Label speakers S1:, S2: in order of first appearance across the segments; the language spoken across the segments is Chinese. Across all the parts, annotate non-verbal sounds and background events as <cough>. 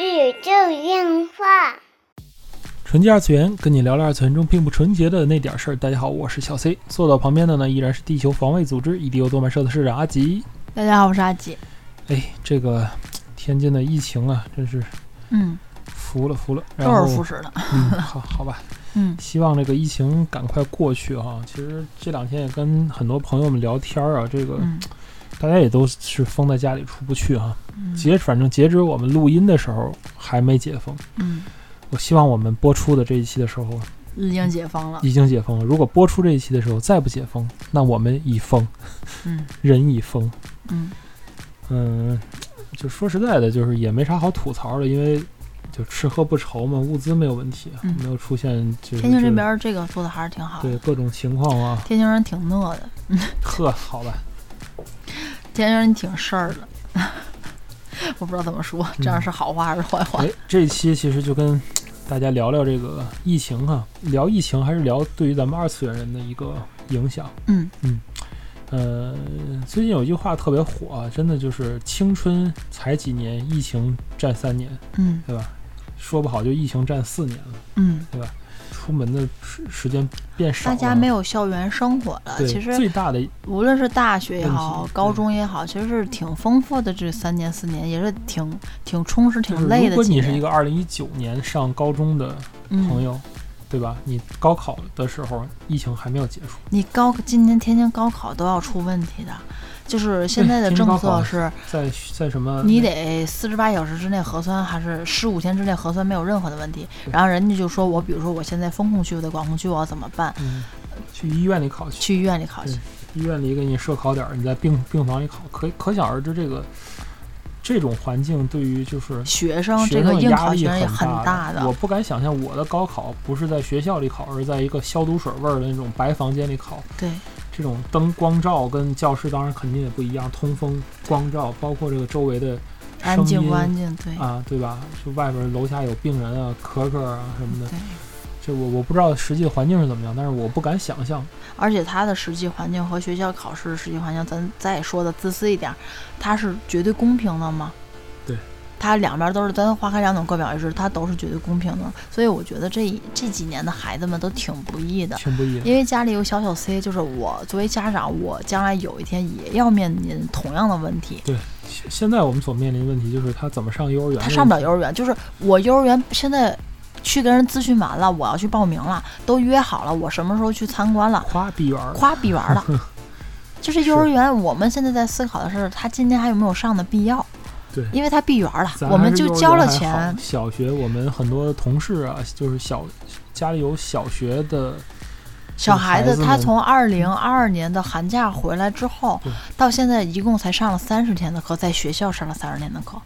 S1: 宇宙电话。
S2: 纯洁二次元，跟你聊聊二次元中并不纯洁的那点事儿。大家好，我是小 C，坐到旁边的呢依然是地球防卫组织 EDO 动漫社的社长阿吉。
S3: 大家好，我是阿吉。
S2: 哎，这个天津的疫情啊，真是
S3: 嗯，
S2: 服了服了。然
S3: 周而
S2: 后
S3: 复始的。
S2: 嗯，好好吧，
S3: 嗯
S2: 希望这个疫情赶快过去啊。其实这两天也跟很多朋友们聊天儿啊，这个
S3: 嗯
S2: 大家也都是封在家里出不去啊。
S3: 嗯
S2: 截反正截止我们录音的时候还没解封，
S3: 嗯，
S2: 我希望我们播出的这一期的时候
S3: 已经解封了。
S2: 已经解封了。如果播出这一期的时候再不解封，那我们已封，
S3: 嗯
S2: 人已封。
S3: 嗯
S2: 嗯，就说实在的，就是也没啥好吐槽的，因为就吃喝不愁嘛，物资没有问题啊，
S3: 嗯
S2: 没有出现就是
S3: 天津这边儿这个做的还是挺好
S2: 对
S3: 的。
S2: 各种情况啊，
S3: 天津人挺讷的，
S2: 呵，好吧，
S3: 天津人挺事儿的。 <laughs> 我不知道怎么说，这样是好话还是坏话？
S2: 哎，这一期其实就跟大家聊聊这个疫情哈、聊疫情还是聊对于咱们二次元人的一个影响。
S3: 嗯
S2: 呃，最近有一句话特别火、啊，真的就是“青春才几年，疫情占三年
S3: 嗯”，
S2: 对吧？说不好就疫情占四年了，
S3: 嗯，
S2: 出门的时时间变少
S3: 大
S2: 了。
S3: 家没有校园生活了。
S2: 对，
S3: 其实
S2: 最大的
S3: 无论是大学也
S2: 问
S3: 好
S2: 题，
S3: 高中也好，其实是挺丰富的。这三年四年也是挺挺充实、
S2: 就是，
S3: 挺累
S2: 如
S3: 的
S2: 果
S3: 几
S2: 你是一
S3: 年。
S2: 个二零一九年上高中的朋
S3: 嗯，
S2: 友，对吧？你高考的时候疫情还没有结束，
S3: 你高今年天津高考都要出问题的，就是现
S2: 对
S3: 在的
S2: 天津
S3: 政
S2: 高考嗯
S3: 策是。
S2: 在在什么
S3: 你得四十八小时之内核酸，还是十五天之内核酸没有任何的问题。
S2: 对
S3: 然后人家就说我，比如说我现在封控区，我在管控区，我要怎么办？
S2: 嗯去医院里考去？
S3: 去医院里考
S2: 对
S3: 去。
S2: 医院里给你设考点儿，你在病病房里考，可可想而知这个这种环境对于就是
S3: 学生
S2: 学
S3: 这
S2: 生
S3: 个
S2: 的
S3: 应
S2: 压
S3: 考
S2: 力
S3: 学生也很
S2: 很
S3: 大
S2: 的。我不敢想象我的高考不是在学校里考，而是在一个消毒水味儿的那种白房间里考。
S3: 对，
S2: 这种灯光照跟教室当然肯定也不一样，通风、光照，包括这个周围的
S3: 安静
S2: 声音
S3: 不安静？对，
S2: 啊，对吧？就外边楼下有病人啊、咳咳啊什么的，
S3: 对。
S2: 这我我不知道实际环境是怎么样，但是我不敢想象。
S3: 而且它的实际环境和学校考试的实际环境，咱再说的自私一点儿，它是绝对公平的吗？
S2: 对，
S3: 它两边都是，咱划开两种各表一枝，它都是绝对公平的。所以我觉得这一这几年的孩子们都挺不易的。
S2: 挺不易
S3: <laughs>
S2: 的。
S3: 因为家里有小小 C，就是我作为家长，我将来有一天也要面临同样的问题。
S2: 现现在我们所面临的问题就是他怎么上幼儿园，
S3: 他上不了幼儿园，就是我幼儿园现在去跟人咨询完了，我要去报名了，都约好了，我什么时候去参观了，
S2: 夸闭园儿，
S3: 夸闭园
S2: <laughs>
S3: 了。就是幼儿园，我们现在在思考的是，他今年还有没有上的必要？
S2: 对
S3: 因为他闭园了，
S2: 咱
S3: 我们
S2: 还是
S3: 就
S2: 幼儿
S3: 交
S2: 园
S3: 了
S2: 还
S3: 钱
S2: 好。小学我们很多同事啊，就是小家里有小学的
S3: 小孩
S2: 孩
S3: 子
S2: 子
S3: 他
S2: 们
S3: 从二零二二年的寒假回来之后
S2: 对，
S3: 到现在一共才上了三十天的课，在学校上了三十天的课。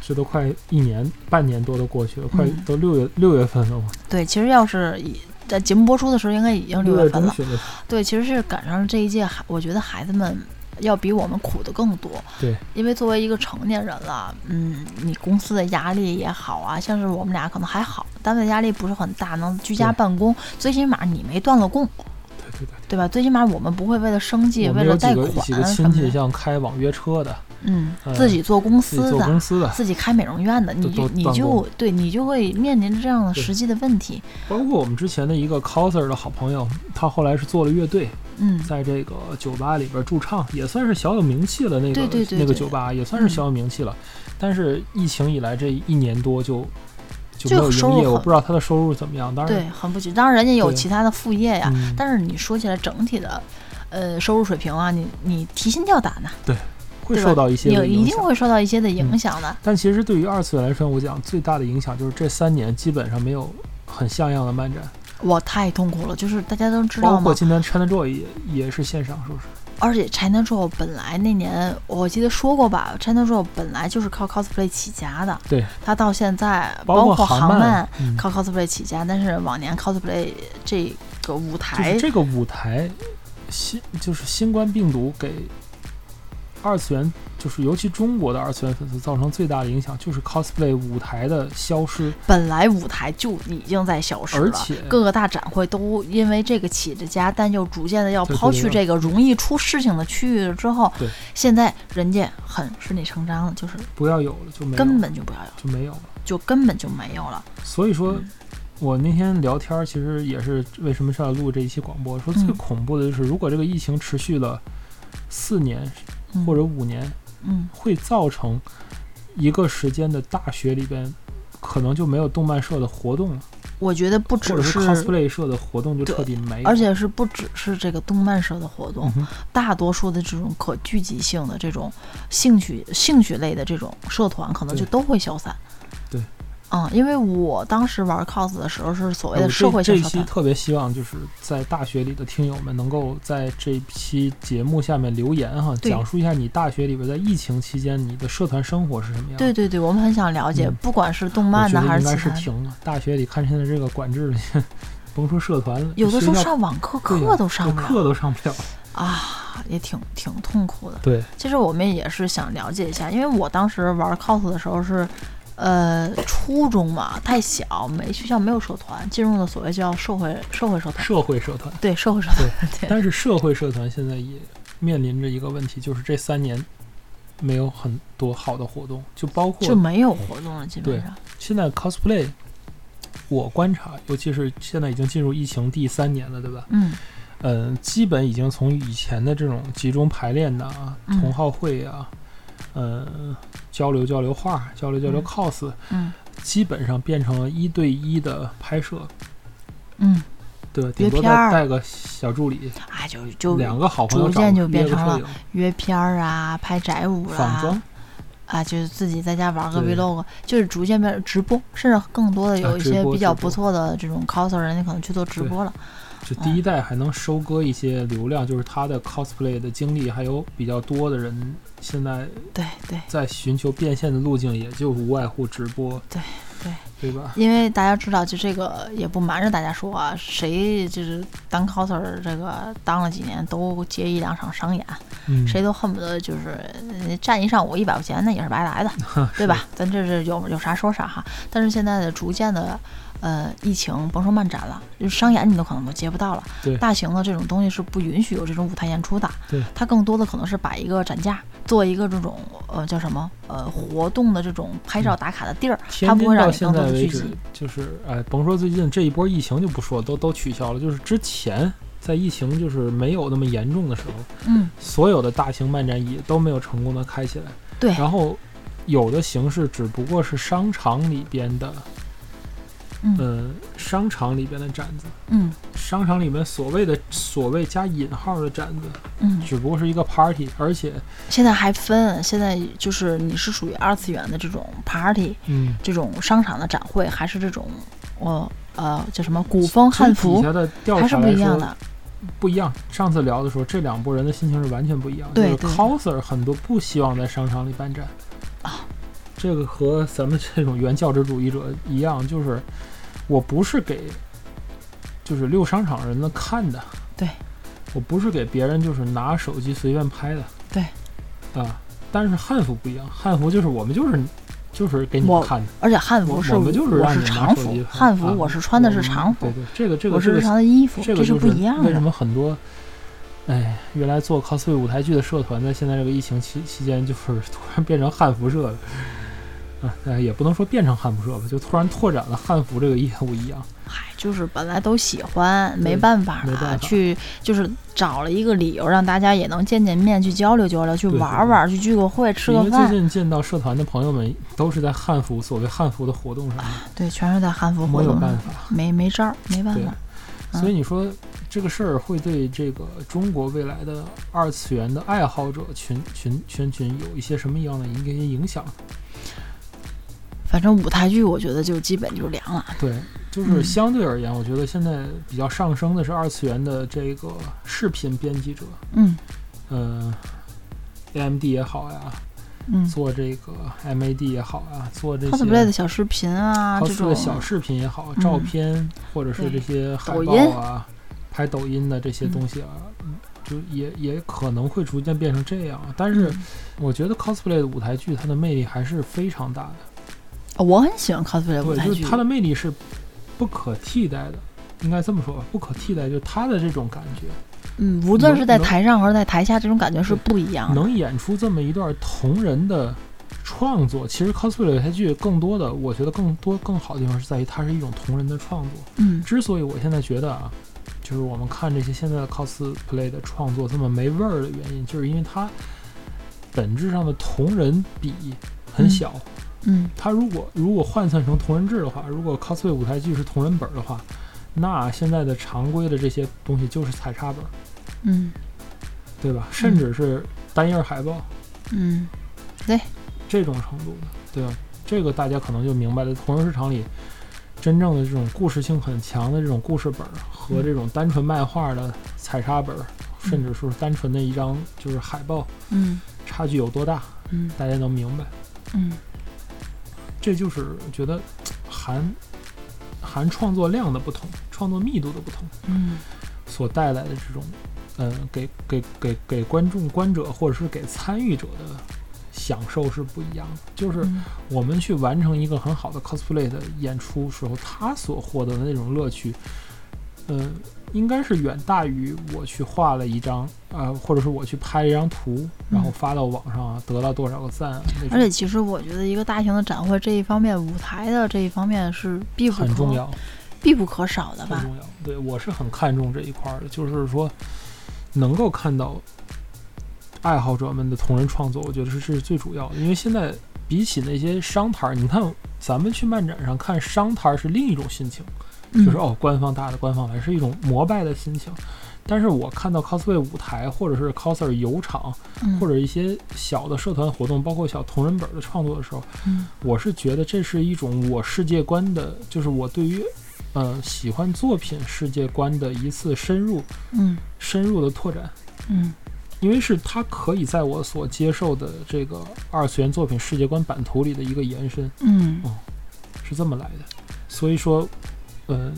S2: 这都快一年、半年多都过去了，快
S3: 嗯
S2: 都六月六月份了嘛，
S3: 对，其实要是以在节目播出的时候，应该已经六
S2: 六月
S3: 月份
S2: 中
S3: 了。
S2: 旬的时
S3: 对，其实是赶上了这一届孩，我觉得孩子们要比我们苦的更多。
S2: 对，
S3: 因为作为一个成年人了，嗯，你公司的压力也好啊，像是我们俩可能还好，单位压力不是很大，能居家
S2: 对
S3: 办公，最起码你没断了供，
S2: 候，对对对
S3: 对吧？最起码我们不会为了生计，
S2: 我
S3: 为
S2: 们有
S3: 了
S2: 几
S3: 贷
S2: 个
S3: 款啊
S2: 几个
S3: 什
S2: 亲
S3: 么
S2: 戚，
S3: 的，
S2: 像开网约车的，
S3: 嗯，
S2: 呃
S3: 自己做公司
S2: 自己做
S3: 的，
S2: 公司的，
S3: 自己开美容院的，你
S2: 都
S3: 就
S2: 都
S3: 你
S2: 断供
S3: 就对你就会面临着这样的
S2: 对
S3: 实际的问题，
S2: 包括我们之前的一个 coser 的好朋友，他后来是做了乐队，
S3: 嗯，
S2: 在这个酒吧里边驻唱，也算是小有名气了。那个
S3: 对对对
S2: 那个
S3: 对嗯
S2: 酒吧也算是小有名气了，但是疫情以来这一年多就就没有
S3: 就收入
S2: 营业，我
S3: 很
S2: 不知道他的收入怎么样。当然，
S3: 对，很不济。当然，人家有
S2: 对
S3: 其他的副业呀，
S2: 嗯
S3: 但是你说起来整体的，呃，收入水平啊，你你提心吊胆呐、
S2: 会
S3: 对吧
S2: 受到一些
S3: 你
S2: 的
S3: 一
S2: 影
S3: 定
S2: 响。
S3: 会受到一些的影
S2: 嗯
S3: 响的。
S2: 但其实对于二次元来说，我讲最大的影响就是这三年基本上没有很像样的漫展，
S3: 我太痛苦了，就是大家都知
S2: 嗯包
S3: 道
S2: 括
S3: 嘛，
S2: 今年 ChinaJoy 也也是线上，是不是？
S3: 而且 China Joy 本来那年我记得说过吧，China Joy 本来就是靠 cosplay 起家的，
S2: 对，
S3: 他到现在
S2: 括
S3: 包括
S2: 韩
S3: 航漫
S2: 嗯
S3: 靠 cosplay 起家，但是往年 cosplay 这个
S2: 就
S3: 舞
S2: 是
S3: 台
S2: 这个舞台，新就是新冠病毒给二次元，就是尤其中国的二次元粉丝造成最大的影响，就是 cosplay 舞台的消失，
S3: 本来舞台就已经在消失
S2: 而
S3: 了。
S2: 且
S3: 各个大展会都因为这个起着家，但又逐渐的要
S2: 对
S3: 抛
S2: 对
S3: 去
S2: 对
S3: 这个容易出事情的区域之后
S2: 对，
S3: 现在人家很顺理成章的，就是
S2: 不要有了就没有了，
S3: 根本就不要有，
S2: 就没有了。
S3: 就根本就没有了。
S2: 所以说
S3: 嗯，
S2: 我那天聊天儿其实也是为什么上来录这一期广播，说最
S3: 嗯
S2: 恐怖的就是如果这个疫情持续了四年
S3: 嗯
S2: 或者五年，
S3: 嗯，
S2: 会造成一个时间的大学里边可能就没有动漫社的活动了，
S3: 我觉得不
S2: 或
S3: 只
S2: 者
S3: 是，
S2: cosplay 社的活动就
S3: 对
S2: 彻底没有了。
S3: 而且是不只是这个动漫社的活动
S2: 嗯，哼，
S3: 大多数的这种可聚集性的这种兴趣兴趣类的这种社团，可能
S2: 对
S3: 就都会消散。
S2: 对。
S3: 嗯，因为我当时玩 cos 的时候是所谓
S2: 哎我
S3: 的社会
S2: 这
S3: 性
S2: 这一
S3: 社
S2: 期
S3: 团，
S2: 特别希望就是在大学里的听友们能够在这期节目下面留言哈，
S3: 对
S2: 讲述一下你大学里边在疫情期间你的社团生活是什么样的。
S3: 对对对，我们很想了解，
S2: 嗯
S3: 不管是动
S2: 我
S3: 漫
S2: 觉
S3: 的
S2: 得
S3: 还
S2: 应
S3: 是
S2: 该
S3: 其
S2: 是
S3: 他的，
S2: 停了。大学里 <laughs> 看现在这个管制的，甭说社团了，
S3: 有的时候
S2: 学校
S3: 上网课
S2: 对呀
S3: 课都上不
S2: 课
S3: 了
S2: 都上不了。
S3: 啊，也挺挺痛苦的。
S2: 对，
S3: 其实我们也是想了解一下，因为我当时玩 cos 的时候是，呃，初中嘛，太小，没学校没有社团，进入了所谓叫社会社会社团，
S2: 社会社团，
S3: 对社会社团， <laughs> 对
S2: 但是社会社团现在也面临着一个问题，就是这三年没有很多好的活动，就包
S3: 就
S2: 括
S3: 没有活动了，基本上。
S2: 现在 cosplay。我观察，尤其是现在已经进入疫情第三年了，对吧？
S3: 嗯
S2: 嗯，基本已经从以前的这种集中排练呐、
S3: 嗯
S2: 同好会啊，嗯，交流交流画，交流交流
S3: 嗯
S2: cos，、
S3: 嗯
S2: 基本上变成了一对一的拍摄，
S3: 嗯，
S2: 对，顶多
S3: 片儿
S2: 再带个小助理，
S3: 哎，就就
S2: 两个好朋友
S3: 逐
S2: 找
S3: 渐
S2: 个
S3: 就变
S2: 约个
S3: 成
S2: 摄
S3: 了
S2: 影
S3: 约片儿啊，拍宅舞
S2: 仿
S3: 啊，
S2: 妆，
S3: 啊，就是自己在家玩个
S2: 对
S3: vlog，就是逐渐变成直播，甚至更多的有
S2: 啊
S3: 一
S2: 直
S3: 些
S2: 播
S3: 比较
S2: 直
S3: 不
S2: 播
S3: 错的这种 coser 人家可能去做直
S2: 对
S3: 播了。
S2: 就第一
S3: 嗯
S2: 代还能收割一些流量，就是他的 cosplay 的经历，还有比较多的人现在
S3: 对对，
S2: 在寻求变现的路径，也就无外乎直播，
S3: 对对
S2: 对吧？
S3: 因为大家知道，就这个也不瞒着大家说啊，谁就是当 coser 这个当了几年，都接一两场商演，
S2: 嗯，
S3: 谁都恨不得就是呃站一上午一百块钱，那也是
S2: <laughs>
S3: 白来的，对吧？咱这是有有啥说啥哈。但是现在的逐渐的，呃，疫情甭说漫展了，就商演你都可能都接不到了。
S2: 对
S3: 大型的这种东西是不允许有这种舞台演出的。
S2: 对，
S3: 它更多的可能是把一个展架做一个这种呃叫什么呃活动的这种拍
S2: 嗯
S3: 照打卡的地儿，它
S2: 天
S3: 不
S2: 津
S3: 会让
S2: 到
S3: 你
S2: 现
S3: 更多
S2: 在
S3: 的
S2: 为
S3: 聚
S2: 止
S3: 集。，
S2: 就是哎，甭说最近这一波疫情就不说，都都取消了。就是之前在疫情就是没有那么严重的时候，
S3: 嗯，
S2: 所有的大型漫展也都没有成功的开起来。
S3: 对
S2: 然后有的形式只不过是商场里边的，
S3: 嗯
S2: 呃，商场里边的展子，
S3: 嗯
S2: 商场里面所谓的所谓加引号的展子，
S3: 嗯，
S2: 只不过是一个 party，而且，
S3: 现在还分，现在就是你是属于二次元的这种 party，
S2: 嗯，
S3: 这种商场的展会，还是这种呃呃叫什么古风汉
S2: 其实底
S3: 服，
S2: 下的调
S3: 还是
S2: 查
S3: 不
S2: 来
S3: 一样
S2: 说
S3: 的。
S2: 不一样。上次聊的时候，这两拨人的心情是完全不一样。
S3: 对
S2: 就是
S3: 对
S2: coser 很多不希望在商场里办展
S3: 啊，
S2: 这个和咱们这种原教旨主义者一样，就是我不是给就是溜商场人的看的，
S3: 对，
S2: 我不是给别人就是拿手机随便拍的，
S3: 对，
S2: 啊，但是汉服不一样，汉服就是我们就是就是给你
S3: 我
S2: 们看的。
S3: 而且汉服是
S2: 我们就是
S3: 我
S2: 让
S3: 是
S2: 你拿
S3: 常
S2: 手
S3: 服
S2: 机，看
S3: 汉服
S2: 啊
S3: 我是穿的是
S2: 我们
S3: 常服
S2: 对，对，这个这个
S3: 我是
S2: 这
S3: 日
S2: 个
S3: 常的衣服，
S2: 这个
S3: 是
S2: 就
S3: 不一样
S2: 为什
S3: 的。
S2: 么很多，哎，原来做 cosplay 舞台剧的社团，在现在这个疫情期期间，就是 <laughs> 突然变成汉服社了。啊，哎也不能说变成汉服社吧，就突然拓展了汉服这个业务一样。
S3: 嗨，就是本来都喜欢，没
S2: 对
S3: 办法
S2: 没办
S3: 啊，
S2: 法
S3: 去就是找了一个理由，让大家也能见见面，去交流交流，去
S2: 对对
S3: 玩玩，去聚个会，吃
S2: 因
S3: 个
S2: 为最
S3: 饭，
S2: 近见到社团的朋友们都是在汉服，所谓汉服的活动上面，
S3: 对，全是在汉服啊活
S2: 没有
S3: 动
S2: 办
S3: 上，
S2: 法。
S3: 没没招儿，没办
S2: 对
S3: 法。嗯
S2: 所以你说这个事儿会对这个中国未来的二次元的爱好者群群群群有一些什么样的一个影响？
S3: 反正舞台剧，我觉得就基本就凉了。
S2: 对，就是
S3: 嗯
S2: 相对而言，我觉得现在比较上升的是二次元的这个视频编辑者，
S3: 嗯
S2: 嗯、a m d 也好呀，
S3: 嗯
S2: 做这个 MAD 也好呀，做这些
S3: ，cosplay 的小视频啊，这
S2: cos
S3: 种
S2: 的小视频也好，
S3: 嗯
S2: 照片或者是
S3: 对
S2: 这些海
S3: 抖
S2: 报
S3: 音
S2: 啊，拍抖音的这些东西啊，嗯就也也可能会逐渐变成这样。啊但是
S3: 嗯
S2: 我觉得 cosplay 的舞台剧它的魅力还是非常大的，
S3: 哦我很喜欢 cosplay 的舞
S2: 对，
S3: 台
S2: 就是
S3: 剧，
S2: 它的魅力是不可替代的，应该这么说吧，不可替代，就是它的这种感觉。
S3: 嗯，无论
S2: 能
S3: 是在
S2: 能
S3: 台上还是在台下，这种感觉是
S2: 对
S3: 不一样的。
S2: 能演出这么一段同人的创作，其实 cosplay 的舞台剧更多的，我觉得更多更好的地方是在于它是一种同人的创作。
S3: 嗯
S2: 之所以我现在觉得啊，就是我们看这些现在的 cosplay 的创作这么没味儿的原因，就是因为它本质上的同人比很小。
S3: 嗯
S2: 它如果如果换算成同人志的话，如果 cosplay 舞台剧是同人本儿的话，那现在的常规的这些东西就是彩插本儿，
S3: 嗯
S2: 对吧？甚至是单页海报。
S3: 嗯
S2: 这种程度的，对吧？这个大家可能就明白了，同人市场里真正的这种故事性很强的这种故事本儿和这种单纯漫画的彩插本儿，
S3: 嗯
S2: 甚至说是单纯的一张就是海报，
S3: 嗯
S2: 差距有多大，
S3: 嗯
S2: 大家能明白。
S3: 嗯
S2: 这就是我觉得含含创作量的不同、创作密度的不同
S3: 嗯
S2: 所带来的这种，呃，给给给给观众、观者或者是给参与者的享受是不一样的，就是。
S3: 嗯
S2: 我们去完成一个很好的 cosplay 的演出时候，他所获得的那种乐趣，呃，应该是远大于我去画了一张啊、呃或者是我去拍一张图，然后发到网上、啊、得到多少个赞、啊，那
S3: 嗯
S2: 种
S3: 而且其实我觉得一个大型的展会这一方面，舞台的这一方面是必不可
S2: 很重要，
S3: 必不可少的
S2: 很
S3: 吧？
S2: 重要。对我是很看重这一块儿的，就是说能够看到爱好者们的同人创作，我觉得是是最主要的，因为现在比起那些商摊儿，你看咱们去漫展上看商摊儿是另一种心情。
S3: 嗯
S2: 就是哦，官方大的官方来，是一种膜拜的心情。但是我看到 cosplay 舞台，或者是 coser 游场，
S3: 嗯
S2: 或者一些小的社团活动，包括小同人本的创作的时候，
S3: 嗯
S2: 我是觉得这是一种我世界观的，就是我对于，呃，喜欢作品世界观的一次深入、
S3: 嗯
S2: 深入的拓展。
S3: 嗯
S2: 因为是它可以在我所接受的这个二次元作品世界观版图里的一个延伸。
S3: 嗯
S2: 是这么来的。所以说，呃，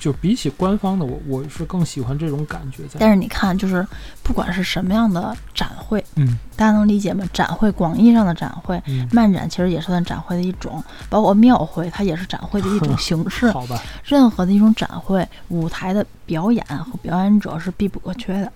S2: 就比起官方的，我我是更喜欢这种感觉在。
S3: 但是你看，就是不管是什么样的展会，
S2: 嗯
S3: 大家能理解吗？展会，广义上的展会，
S2: 嗯，
S3: 漫展其实也是算展会的一种，包括庙会，它也是展会的一种形式。
S2: 好吧，
S3: 任何的一种展会，舞台的表演和表演者是必不可缺的，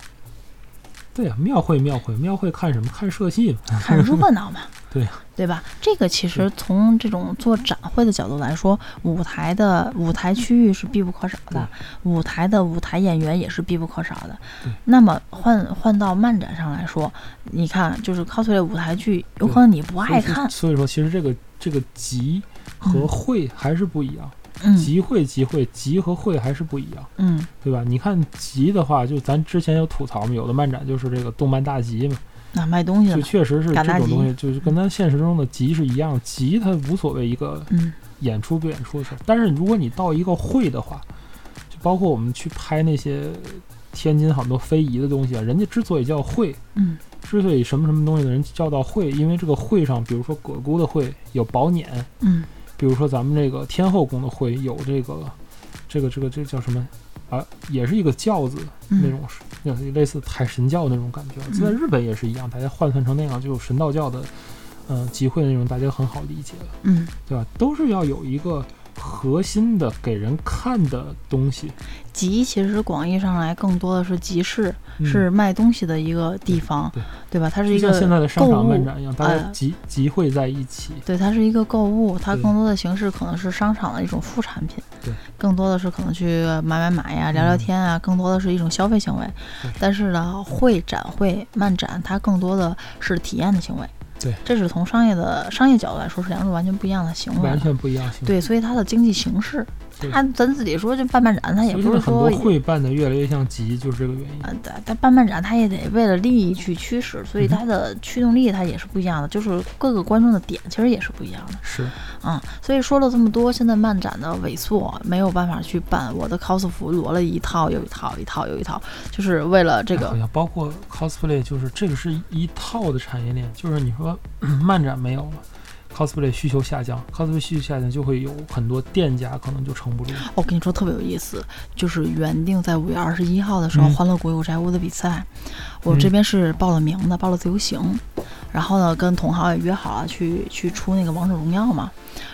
S2: 对呀、庙会庙会庙会看什么？看社戏嘛。。
S3: 看热闹嘛
S2: 啊 <laughs> 对呀啊
S3: 对吧？这个其实从这种做展会的角度来说，舞台的舞台区域是必不可少的，舞台的舞台演员也是必不可少的
S2: 对。
S3: 那么换换到漫展上来说，你看，就是 cosplay 舞台剧，有
S2: 对
S3: 可能你不
S2: 所
S3: 爱
S2: 以说
S3: 看，
S2: 所以说，其实这个这个集和会还是不一样。
S3: 嗯
S2: 集会集会集和会还是不一样，
S3: 嗯
S2: 对吧？你看集的话，就咱之前有吐槽嘛，有的漫展就是这个动漫大集嘛，
S3: 那卖东西的
S2: 就
S3: 嘛，
S2: 确实是
S3: 赶大
S2: 这种
S3: 集嗯
S2: 东西，就是跟咱现实中的集是一样，集它无所谓一个
S3: 嗯
S2: 演出不演出的事儿。但是如果你到一个会的话，就包括我们去拍那些天津很多非遗的东西啊，人家之所以叫会，
S3: 嗯
S2: 之所以什么什么东西的人叫到会，因为这个会上，比如说葛姑的会有宝碾，
S3: 嗯
S2: 比如说咱们这个天后宫的会有这个这个这个这个叫什么？啊，也是一个轿子
S3: 嗯
S2: 那种，那类似抬神教那种感觉啊。
S3: 嗯
S2: 在日本也是一样，大家换算成那样，就有神道教的，呃，集会那种，大家很好理解了。
S3: 嗯，
S2: 对吧？都是要有一个核心的给人看的东西，
S3: 集其实广义上来更多的是集市，
S2: 嗯
S3: 是卖东西的一个地方，
S2: 对
S3: 对吧？它是
S2: 就
S3: 一
S2: 像
S3: 个
S2: 现在的商
S3: 购
S2: 场
S3: 物
S2: 漫展一样，大家
S3: 呃
S2: 集、集会在一起。
S3: 对，它是一个购物，它
S2: 对
S3: 更多的形式可能是商场的一种副产品，
S2: 对，
S3: 更多的是可能去买买买呀、聊聊
S2: 嗯
S3: 天啊，更多的是一种消费行为
S2: 对。
S3: 但是呢，会展会、漫展，它更多的是体验的行为。
S2: 对，
S3: 这是从商业的商业角度来说是两种完全不一样的行为
S2: 完
S3: 了。
S2: 全不一样性质。
S3: 嗯对，所以它的经济形式，
S2: 对
S3: 它咱自己说就办漫展，它也
S2: 所以现
S3: 不
S2: 在
S3: 是
S2: 很
S3: 说
S2: 多会办的越来越像集，就是这个原因。
S3: 呃，但但办漫展它也得为了利益去驱使，所以它的驱动力它也是不一样的，就是各个观众的点其实也是不一样的
S2: 是，
S3: 啊、所以说了这么多，现在漫展的萎缩没有办法去办，我的 cos 服罗了一套又一套，一套又一套，就是为了这
S2: 好
S3: 个，
S2: 像包括 <clears throat> cosplay，就是这个是一套的产业链。就是你说漫展没有了 cosplay 需求下降，cosplay 需求下降就会有很多店家可能就撑不住。
S3: 我跟你说特别有意思，就是原定在五月二十一号的时候，
S2: 嗯
S3: 欢乐谷有宅屋的比赛，我这边是报了名的，报了自由行，然后呢跟同行也约好了去去出那个王者荣耀嘛，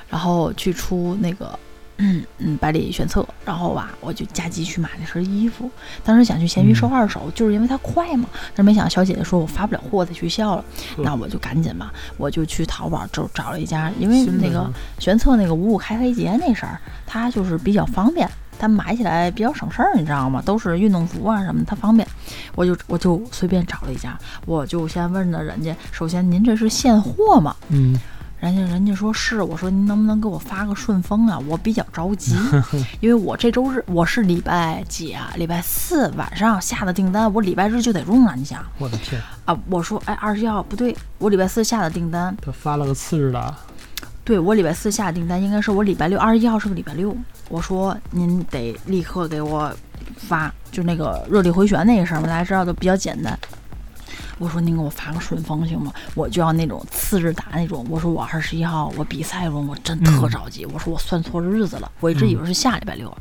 S3: 然后去出那个。嗯嗯，百里选册，然后吧，我就加急去买了身衣服。当时想去闲鱼收
S2: 嗯
S3: 二手，就是因为它快嘛。但是没想到小姐姐说我发不了货，在学校了，
S2: 呵
S3: 那我就赶紧吧，我就去淘宝就找了一家，因为
S2: 新的
S3: 那个
S2: 呢
S3: 玄策那个五五开黑节那事儿，它就是比较方便，它买起来比较省事儿，你知道吗？都是运动服啊什么的，它方便。我就我就随便找了一家，我就先问了人家，首先您这是现货吗？
S2: 嗯，
S3: 人家人家说是，我说您能不能给我发个顺丰啊？我比较着
S2: <laughs>
S3: 急，因为我这周日我是礼拜几啊？礼拜四晚上下的订单，我礼拜日就得用了，你想
S2: 我的天，
S3: 啊？我说哎，二十一号不对，我礼拜四下的订单，
S2: 他发了个次日达，
S3: 啊对我礼拜四下订单应该是我礼拜六，二十一号是个礼拜六。我说您得立刻给我发，就那个热力回旋那个事儿嘛，大家知道都比较简单。我说您给我发个顺丰行吗？我就要那种次日达那种。我说我二十一号我比赛中我真特
S2: 嗯
S3: 着急，我说我算错日子了，我一直以为是下礼拜六。啊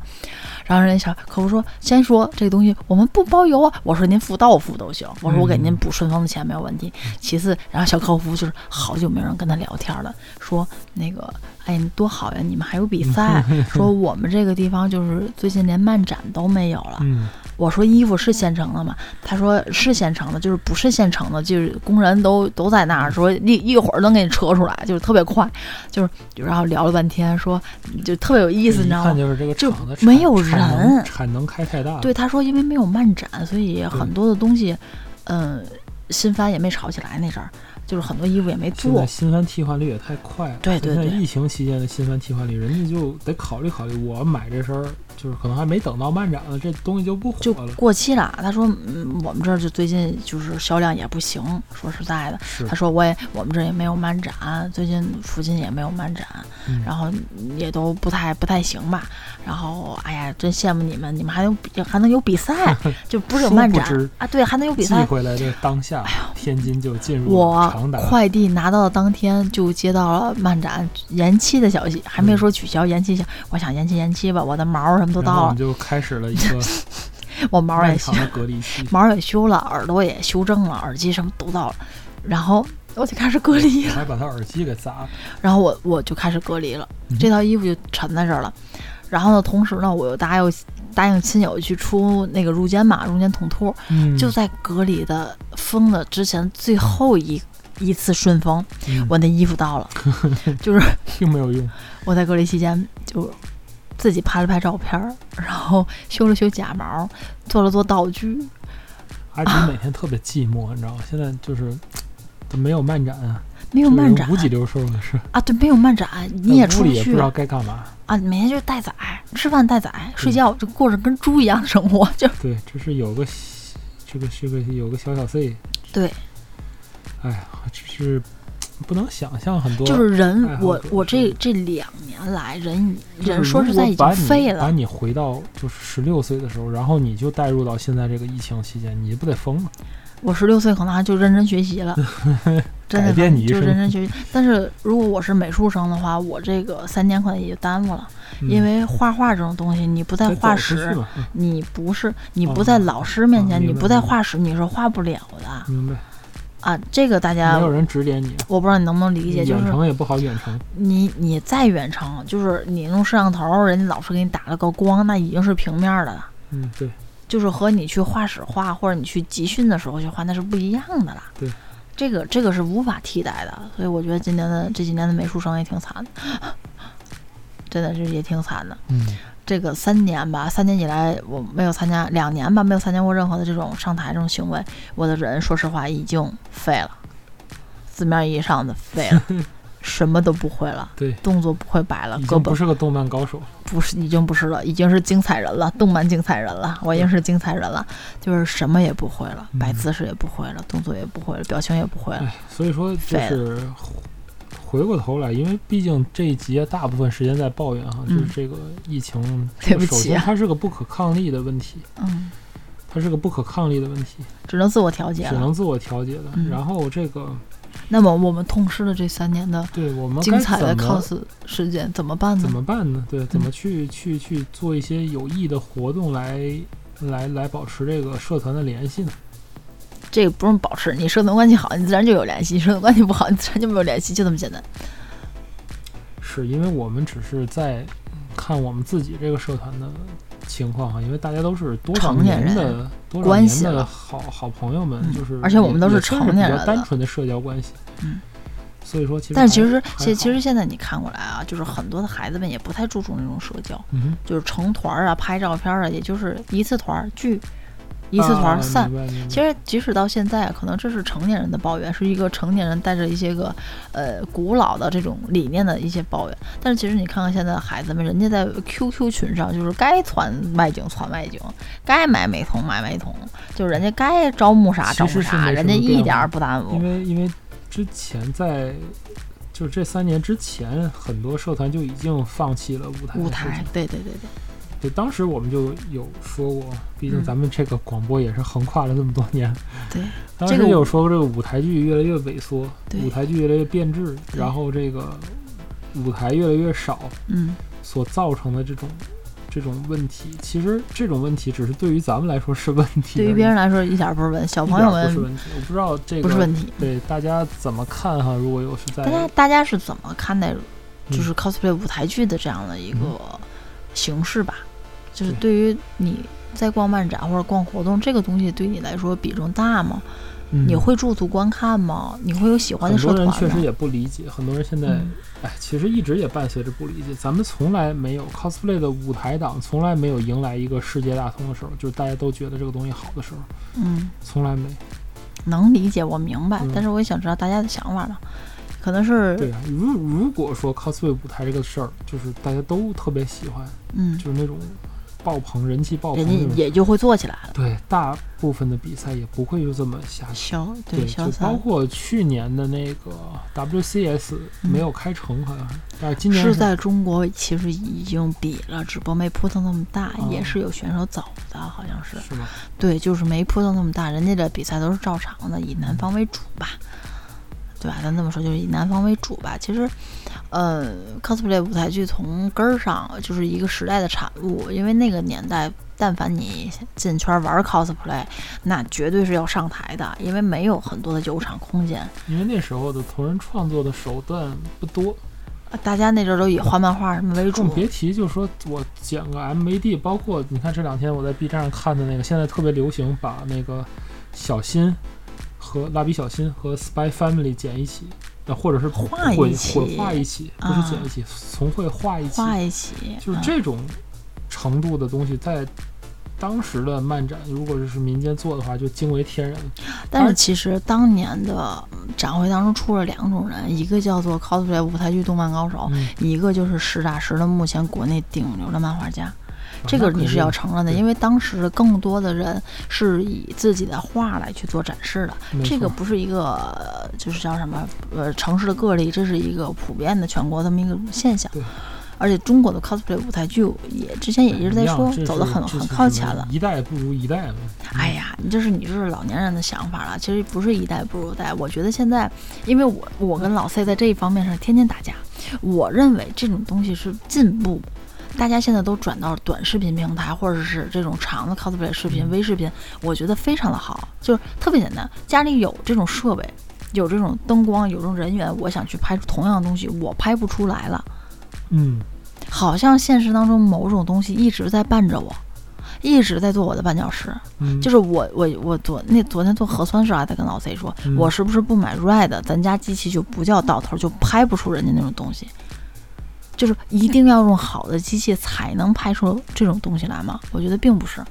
S3: 然后人家小客服说：“先说这个东西我们不包邮啊。”我说：“您付到付都行。”我说：“我给您补顺丰的钱没有问题。”其次，然后小客服就是好久没有人跟他聊天了，说那个哎你多好呀，你们还有比赛，
S2: 嗯
S3: 说我们这个地方就是最近连漫展都没有了。
S2: 嗯，
S3: 我说衣服是现成的吗？他说是现成的，就是不是现成的，就是工人都都在那
S2: 嗯
S3: 儿说一一会儿能给你扯出来，就是特别快，就是然后聊了半天，说就特别有意思，你
S2: 一
S3: 知道
S2: 看
S3: 吗？
S2: 就是啊这个
S3: 就
S2: 厂子
S3: 没有
S2: 产产能
S3: 人
S2: 产能开太大了，
S3: 对，他说因为没有漫展，所以很多的东西，嗯，新番也没炒起来那阵儿，就是很多衣服也没
S2: 现在
S3: 做。
S2: 新番替换率也太快了，
S3: 对对
S2: 现在
S3: 对
S2: 疫情期间的新番替换率，人家就得考虑考虑，我买这身儿就是可能还没等到漫展呢，这东西就不
S3: 就
S2: 火了。
S3: 过期了，他说，嗯，我们这儿就最近就是销量也不行，说实在的，
S2: 是
S3: 他，说我也我们这儿也没有漫展，最近附近也没有漫展，
S2: 嗯
S3: 然后也都不太不太行吧。然后哎呀，真羡慕你们，你们还有比还能有比
S2: <laughs>
S3: 赛，就不是有
S2: 殊
S3: 漫
S2: 不
S3: 展
S2: 知
S3: 啊？对，还能有比
S2: 寄
S3: 赛。
S2: 回来的当下，天津就进入了
S3: 我
S2: 长达
S3: 快递拿到的当天就接到了漫展延期的消息，还没说取消延期消息，我想延期延期吧，我的毛儿什么都
S2: 然后
S3: 到
S2: 我
S3: 了
S2: 们，就开始了一
S3: <laughs>
S2: 个
S3: 我毛儿
S2: 漫
S3: 也修
S2: 长的隔离期。
S3: 毛儿也修了，耳朵也修正了，耳机什么都到了，然后我就开始 <laughs> 隔离了
S2: 我。 <laughs> 还把他耳机给砸了，
S3: 然后我我就开始隔离了
S2: 嗯，
S3: 这套衣服就沉在这儿了。然后呢，同时呢，我又答应答应亲友去出那个入间码、入间捅兔，
S2: 嗯
S3: <laughs> 就在隔离的封的之前最后一一次顺丰，
S2: 嗯
S3: 我那衣服到了，就是
S2: 并没有用，
S3: 我在隔离期间就自己拍了拍照片儿，然后修了修假毛，做了做道具，
S2: 阿
S3: 啊
S2: 迪每天特别寂寞，你知道吗？现在就是都没有漫展啊，
S3: 没有
S2: 就是
S3: 漫展
S2: 无几流收的是，
S3: 啊，对，没有漫展，
S2: <laughs>
S3: 你也
S2: 在
S3: 出
S2: 屋
S3: 不
S2: 里也不
S3: 去
S2: 知道该干嘛。
S3: 啊，每天就是待宰，吃饭待宰，
S2: 嗯
S3: 睡觉就过着跟猪一样的生活，就
S2: 对，这是有个小这个这个有个小小 C，
S3: 对。
S2: 哎呀，只是不能想象很多。
S3: 就是
S2: 爱好
S3: 人，我
S2: 者
S3: 我这
S2: 是
S3: 这两年来，人已
S2: 就是
S3: 人说实
S2: 如果
S3: 在已
S2: 把
S3: 经
S2: 你
S3: 废
S2: 把
S3: 了，
S2: 你回到就是十六岁的时候，然后你就带入到现在这个疫情期间，你不得疯了？
S3: 我十六岁可能还就认真学习
S2: <laughs>
S3: 了，真
S2: 改
S3: 的可
S2: 变
S3: 能
S2: 你一
S3: 就
S2: 生
S3: 认真学习。但是如果我是美术生的话，我这个三年可能也就耽误了，
S2: 嗯
S3: 因为画画这种东西，你不在
S2: 在
S3: 画室，
S2: 嘛，嗯
S3: 你不是你不在
S2: 哦
S3: 老师面前，
S2: 明
S3: 你
S2: 白
S3: 不在
S2: 明白
S3: 画室，你是画不了的
S2: 明白？
S3: 啊。这个大家
S2: 没有人指点你，嗯
S3: 我不知道你能不能理解，就
S2: 远
S3: 是
S2: 程也不好远程，
S3: 你你再远程，就是你用摄像头，人家老师给你打了个光，那已经是平面儿的了。
S2: 嗯，对，
S3: 就是和你去画室画或者你去集训的时候去画，那是不一样的啦。
S2: 对，
S3: 这个这个是无法替代的，所以我觉得今年的这几年的美术生也挺惨的， <laughs> 真的是也挺惨的。
S2: 嗯，
S3: 这个三年吧，三年以来我没有参加，两年吧没有参加过任何的这种上台这种行为，我的人说实话已经废了，字面意义上的废了，什么都不会了，
S2: 对
S3: 动作不会摆了，
S2: 已
S3: 胳
S2: 经
S3: 膊
S2: 不是个动漫高手了，
S3: 不是，已经不是了，已经是精彩人了，动漫精彩人了，我已经是精彩人了，就是什么也不会了，
S2: 嗯
S3: 摆姿势也不会了，动作也不会了，表情也不会了。
S2: 哎，所以说就
S3: 废
S2: 是回过头来，因为毕竟这一集啊大部分时间在抱怨哈，就是
S3: 嗯
S2: 这个疫情，
S3: 对不
S2: 首
S3: 起
S2: 先
S3: 啊
S2: 它是个不可抗力的问题，
S3: 嗯，
S2: 它是个不可抗力的问题，
S3: 只能自我调节
S2: 只
S3: 了。
S2: 能自我调节的。
S3: 嗯
S2: 然后这个
S3: 那么我们痛失了这三年的
S2: 对我们
S3: 精
S2: 该
S3: 彩的
S2: 怎么
S3: cos 事件，怎么办
S2: 怎
S3: 呢？
S2: 么办呢？对，怎么去去去做一些有益的活动来来来保持这个社团的联系呢？
S3: 这个不用保持，你社团关系好，你自然就有联系；社团关系不好， <laughs> 你自然就没有联系，就这么简单。
S2: 是因为我们只是在看我们自己这个社团的情况啊哈，因为大家都是多少
S3: 成年
S2: 年
S3: 人
S2: 的多少
S3: 关系
S2: 年的
S3: 了
S2: 好好朋友们
S3: 嗯，
S2: 就是
S3: 而且我
S2: 也
S3: 们都
S2: 也
S3: 是
S2: 真
S3: 成年
S2: 比
S3: 人
S2: 较单
S3: 了
S2: 纯的社交关系。
S3: 嗯，
S2: 所以说其实
S3: 但是其
S2: 还
S3: 实
S2: 还
S3: 其其
S2: 好
S3: 实现在你看过来啊，就是很多的孩子们也不太注重那种社交，
S2: 嗯哼。
S3: 就是成团儿啊、拍照片儿啊，也就是一次团儿聚，一次团
S2: 啊
S3: 儿散。
S2: 明白明白
S3: 其实，即使到现在，啊可能这是成年人的抱怨，是一个成年人带着一些个呃古老的这种理念的一些抱怨。但是，其实你看看现在的孩子们，人家在 QQ 群上就是该传外景传外景，该买美瞳买美瞳，就是人家该招募啥招
S2: 其
S3: 募
S2: 实是没
S3: 啥，
S2: 什
S3: 人家
S2: 么变
S3: 一点
S2: 化
S3: 儿不耽误
S2: 因。为因为之前在就是这三年之前，很多社团就已经放弃了舞台的
S3: 舞
S2: 事
S3: 台
S2: 情，
S3: 对对对对，
S2: 对，当时我们就有说过，毕竟
S3: 嗯
S2: 咱们这个广播也是横跨了这么多年。
S3: 对，
S2: 当
S3: 这
S2: 时
S3: 个
S2: 也
S3: 舞
S2: 有说过，这个舞台剧越来越萎缩，
S3: 对
S2: 舞台剧越来越变质，
S3: 对
S2: 然后这个舞台越来越少，
S3: 嗯，
S2: 所造成的这种。这种问题，其实这种问题只是对于咱们来说是问题而已，
S3: 对于别人来说一点儿不是问，小
S2: 一
S3: 朋
S2: 点
S3: 友
S2: 儿不是
S3: 们
S2: 问题。我不知道这个
S3: 不是问题。
S2: 对大家怎么看哈？如果有是在
S3: 大家大家是怎么看待
S2: 哎嗯
S3: 就是 cosplay 舞台剧的这样的一个形式吧？就是对于你在逛漫展或者逛活动这个东西，对你来说比重大吗？
S2: 嗯
S3: 你会驻足观看吗？你会有喜欢的
S2: 很
S3: 社
S2: 多
S3: 团
S2: 人
S3: 吗？
S2: 确实也不理解，很多人现在
S3: 嗯
S2: 哎，其实一直也伴随着不理解。咱们从来没有 cosplay 的舞台党，从来没有迎来一个世界大同的时候，就是大家都觉得这个东西好的时候，
S3: 嗯，
S2: 从来没。
S3: 能理解，我明白，
S2: 嗯
S3: 但是我也想知道大家的想法了。可能是
S2: 对啊，如如果说 cosplay 舞台这个事儿，就是大家都特别喜欢，
S3: 嗯，
S2: 就是那种爆棚、人气爆棚
S3: 人
S2: 那
S3: 家
S2: 种。
S3: 也就会做起来了。
S2: 对，大部分的比赛也不会就这么下去。
S3: 消
S2: 对，
S3: 对消
S2: 就
S3: 散
S2: 包括去年的那个 WCS
S3: 嗯
S2: 没有开成，好像是，但是今年
S3: 是在中国其实已经比了，只不过没扑腾那么大，
S2: 哦
S3: 也是有选手走的，好像是。
S2: 是吗？
S3: 对，就是没扑腾那么大，人家的比赛都是照常的，以南方为主吧，对吧？咱这么说就是以南方为主吧。其实，呃，cosplay 舞台剧从根儿上就是一个时代的产物，因为那个年代，但凡你进圈玩 cosplay，那绝对是要上台的，因为没有很多的有场空间。
S2: 因为那时候的同人创作的手段不多，
S3: 呃大家那阵儿都以画漫画什么为主
S2: 更，别提就说我剪个 MVD，包括你看这两天我在 B 站上看的那个，现在特别流行把那个小新和蜡笔小新和 Spy Family 剪一起，那或者是混
S3: 画一起啊
S2: 混画一起，不是剪一起，从会画一起，
S3: 画一起，
S2: 就是
S3: 嗯
S2: 这种程度的东西在。当时的漫展，如果是民间做的话，就惊为天人了。
S3: 但
S2: 而
S3: 是其实当年的嗯展会当中出了两种人，一个叫做 cosplay 舞台剧动漫高手，
S2: 嗯，
S3: 一个就是实打实的目前国内顶流的漫画家。这
S2: 哦那
S3: 个
S2: 肯
S3: 你是
S2: 定
S3: 要承认的，
S2: 对
S3: 因为当时更多的人是以自己的画来去做展示的，
S2: 没
S3: 这个
S2: 错
S3: 不是一个呃就是叫什么呃城市的个例，这是一个普遍的全国这么一个现象
S2: 对。
S3: 而且中国的 cosplay 舞台剧也之前也一直在
S2: 一样
S3: 说
S2: 这
S3: 走得
S2: 是
S3: 很
S2: 这
S3: 很
S2: 是
S3: 靠
S2: 什
S3: 前
S2: 么
S3: 了。
S2: 一代不如一代嘛。
S3: 哎呀，你这是你这是老年人的想法了，其实不是一代不如一代。我觉得现在，因为我我跟老 C 在这一方面上天天打架，我认为这种东西是进步。大家现在都转到短视频平台，或者是这种长的 cosplay 视频、
S2: 嗯
S3: 微视频，我觉得非常的好，就是特别简单。家里有这种设备，有这种灯光，有这种人员，我想去拍同样的东西，我拍不出来了。
S2: 嗯，
S3: 好像现实当中某种东西一直在绊着我，一直在做我的绊脚石。
S2: 嗯
S3: 就是我我我昨那昨天做核酸时候还在跟老 C 说，
S2: 嗯
S3: 我是不是不买 Red，咱家机器就不叫到头，就拍不出人家那种东西。就是一定要用好的机器才能拍出这种东西来吗？我觉得并不是。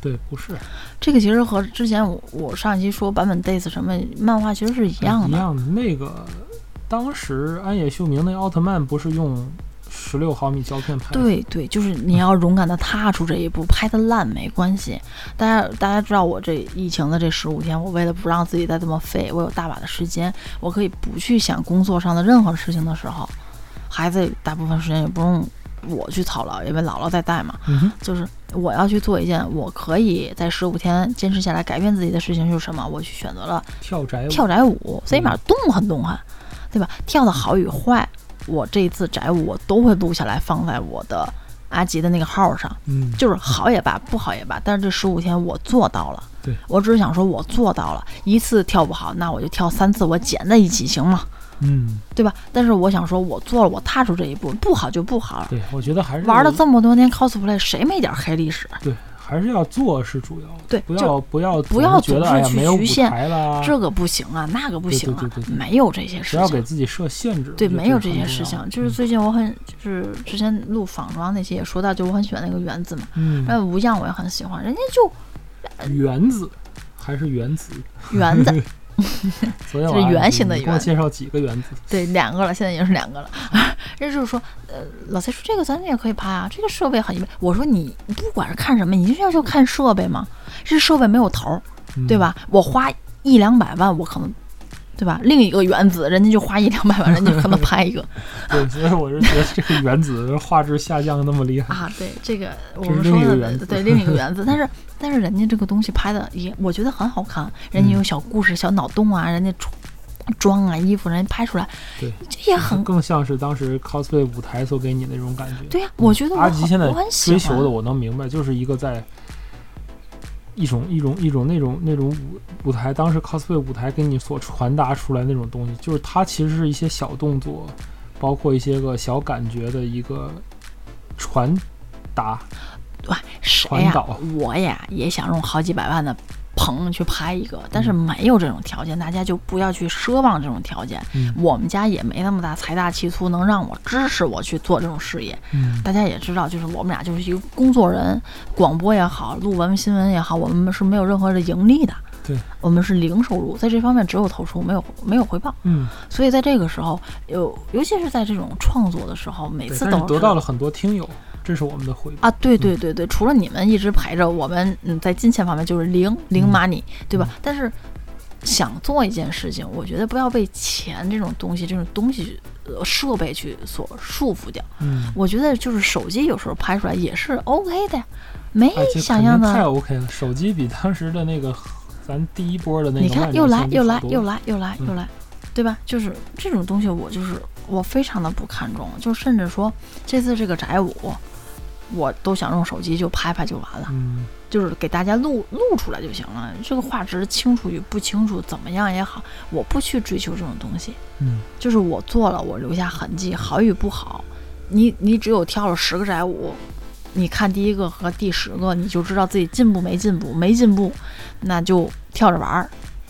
S2: 对，不是
S3: 这个其实和之前我我上一期说版本 days 什么漫画其实是一样
S2: 嗯一
S3: 的。
S2: 样的。那个当时安野秀明那奥特曼不是用十六毫米胶片拍的？
S3: 对对，就是你要勇敢的踏出这一步，拍的烂没关系。大家大家知道我这疫情的这十五天，我为了不让自己再这么废，我有大把的时间，我可以不去想工作上的任何事情的时候，孩子大部分时间也不用我去操劳，因为姥姥在带嘛，
S2: 嗯哼，
S3: 就是我要去做一件我可以在十五天坚持下来改变自己的事情是什么？我去选择了
S2: 跳宅舞，
S3: 跳宅舞，
S2: 嗯
S3: 所以嘛，动撼动撼，对吧？跳的好与坏，我这一次宅舞我都会录下来放在我的阿吉的那个号上，
S2: 嗯，
S3: 就是好也罢，不好也罢，但是这十五天我做到了。
S2: 对
S3: 我只是想说，我做到了一次跳不好，那我就跳三次，我捡在一起行吗？
S2: 嗯，
S3: 对吧？但是我想说，我做了，我踏出这一步，不好就不好了。
S2: 对，我觉得还是
S3: 玩了这么多年 cosplay，谁没点黑历史？
S2: 对，还是要做是主要的，
S3: 对
S2: 不
S3: 就
S2: 要不要
S3: 不要
S2: 觉
S3: 总
S2: 得
S3: 是
S2: 哎呀
S3: 去
S2: 没有
S3: 局
S2: 舞
S3: 限
S2: 台啦，
S3: 这个不行啊，那个不行啊
S2: 对对对，对
S3: 没有这些
S2: 不
S3: 事
S2: 要给
S3: 情。啊
S2: 自己设限制，
S3: 对，
S2: 我觉得
S3: 没有
S2: 个
S3: 这
S2: 很
S3: 些
S2: 重
S3: 事
S2: 要
S3: 情。就是最近我很，就是之前录仿妆那些也说到，就我很喜欢那个园子嘛，
S2: 嗯，
S3: 然后无恙我也很喜欢，人家就呃
S2: 嗯原子还是原子，
S3: 园
S2: <laughs>
S3: 子，
S2: 昨天
S3: 就是
S2: 晚上
S3: 圆
S2: 你
S3: 形的
S2: 你给我
S3: 圆
S2: 介绍几个原子，
S3: 对，两个了，现在已经是两个了。 <laughs> 这就是说，呃，老蔡说这个咱也可以拍啊，这个设备很一般。我说你不管是看什么，你就是要就看设备嘛，这设备没有头儿，
S2: 嗯
S3: 对？吧？我花一两百万，我可能，对吧？另一个原子，人家就花一两百万，人家可能拍一个 <laughs>
S2: 对，所以我是觉得这个原子画质下降那么厉害，
S3: <laughs> 啊。对，这个我
S2: 这是
S3: 们
S2: 另一个
S3: 说
S2: 原
S3: 的
S2: 子
S3: 对另一
S2: <laughs>
S3: 个原子，但是但是人家这个东西拍的也，我觉得很好看，
S2: 嗯
S3: 人家有小故事、小脑洞啊，人家出妆啊、衣服，人家拍出来，
S2: 对
S3: 这也很。
S2: 更像是当时 cosplay 舞台所给你的那种感觉。
S3: 对呀、我觉得我
S2: 阿吉
S3: 很啊
S2: 现在
S3: 我很喜
S2: 追
S3: 欢
S2: 求的，我能明白，就是一个在一种一种一种那种那种舞舞台，当时 cosplay 舞台给你所传达出来那种东西，就是它其实是一些小动作，包括一些个小感觉的一个传达。
S3: 哇，谁
S2: 传
S3: 呀、
S2: 导
S3: 我呀也想用好几百万的棚去拍一个，但是
S2: 嗯
S3: 没有这种条件，大家就不要去奢望这种条件。
S2: 嗯
S3: 我们家也没那么大财大气粗，能让我支持我去做这种事业。
S2: 嗯
S3: 大家也知道，就是我们俩就是一个工作人，广播也好，录文新闻也好，我们是没有任何的盈利的。
S2: 对，
S3: 我们是零收入，在这方面只有投出，没有没有回报。
S2: 嗯，
S3: 所以在这个时候，有尤其是在这种创作的时候，每
S2: 对
S3: 次
S2: 但是
S3: 都是
S2: 得到了很嗯多听友，这是我们的回报。
S3: 啊，对对对对，除了你们一直陪着我们，嗯，在金钱方面就是零零
S2: 嗯
S3: money，对吧？但是想做一件事情，我觉得不要被钱这种东西、这种东西、呃设备去所束缚掉。
S2: 嗯，
S3: 我觉得就是手机有时候拍出来也是 OK 的呀，没
S2: 啊，这
S3: 想
S2: 肯定
S3: 象
S2: 太
S3: 的。
S2: OK 了，手机比当时的那个咱第一波的那个
S3: 你看，
S2: 万
S3: 又
S2: 年
S3: 来
S2: 相比
S3: 又
S2: 好
S3: 来
S2: 多
S3: 又
S2: 了，
S3: 来又来又
S2: 嗯
S3: 来，对吧？就是这种东西，我就是我非常的不看重，就甚至说这次这个宅舞，我都想用手机就拍拍就完了。
S2: 嗯
S3: 就是给大家录录出来就行了。这个画质清楚与不清楚，怎么样也好，我不去追求这种东西。
S2: 嗯，
S3: 就是我做了，我留下痕迹，好与不好，你你只有跳了十个宅舞，你看第一个和第十个，你就知道自己进步没进步。没进步，那就跳着玩儿。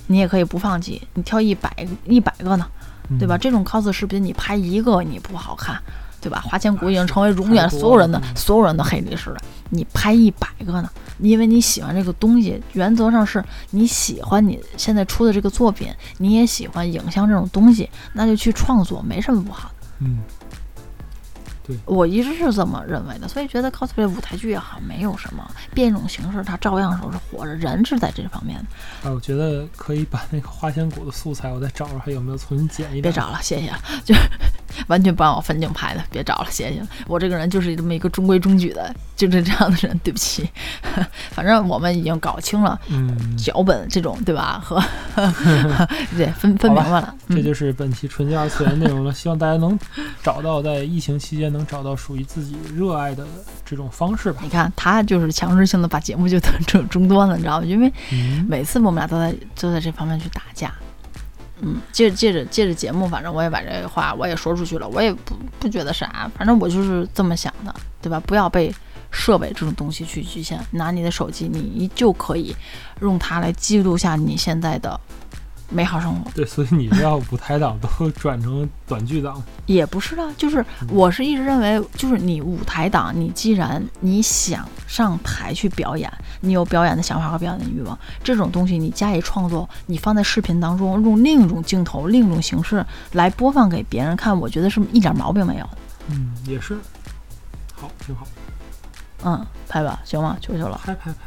S3: 你也可以不放弃，你跳一百一百个呢，
S2: 嗯
S3: 对吧？？这种 cos 视频你拍一个你不好看，对吧？花千骨已经
S2: 啊是
S3: 成为永
S2: 太
S3: 远
S2: 多
S3: 所有
S2: 了
S3: 人的
S2: 嗯
S3: 所有人的黑历史了。你拍一百个呢，因为你喜欢这个东西，原则上是你喜欢你现在出的这个作品，你也喜欢影像这种东西，那就去创作，没什么不好的。
S2: 嗯，
S3: 我一直是这么认为的，所以觉得 cosplay 舞台剧也好，没有什么变一种形式，它照样都是活着，人是在这方面的。
S2: 哎，我觉得可以把那个花千骨的素材，我再找找还有没有重新剪一
S3: 别
S2: 点。
S3: 找了，谢谢了，就是 <laughs> 完全不按我分镜拍的，别找了，谢谢了。我这个人就是这么一个中规中矩的，就是这样的人，对不起。 <laughs> 反正我们已经搞清了
S2: 嗯，
S3: 脚本这种，对吧？和对分分
S2: 好
S3: 明
S2: 吧
S3: 白了，
S2: 这
S3: 嗯，
S2: 就是本期纯洁二次元内容了。希望大家能找到在疫情期间能找到属于自己热爱的这种方式吧
S3: 你。看他就是强制性的把节目就 <laughs> 等中中断了，你知道吗？因为
S2: 嗯，
S3: 每次我们俩都在都在这方面去打架。嗯，借着借着借着节目，反正我也把这个话我也说出去了，我也不不觉得啥，反正我就是这么想的，对吧？不要被设备这种东西去局限，拿你的手机，你就可以用它来记录下你现在的美好生活。
S2: <laughs> 对，所以你这要舞台党都转成短剧党，
S3: 也不是啊，就是我是一直认为，就是你舞台党，你既然你想上台去表演，你有表演的想法和表演的欲望，这种东西你加以创作，你放在视频当中，用另一种镜头、另一种形式来播放给别人看，我觉得是一点毛病没有的。
S2: 嗯，也是，好，挺好，
S3: 嗯，拍吧，行吗？求求了，
S2: 拍拍拍，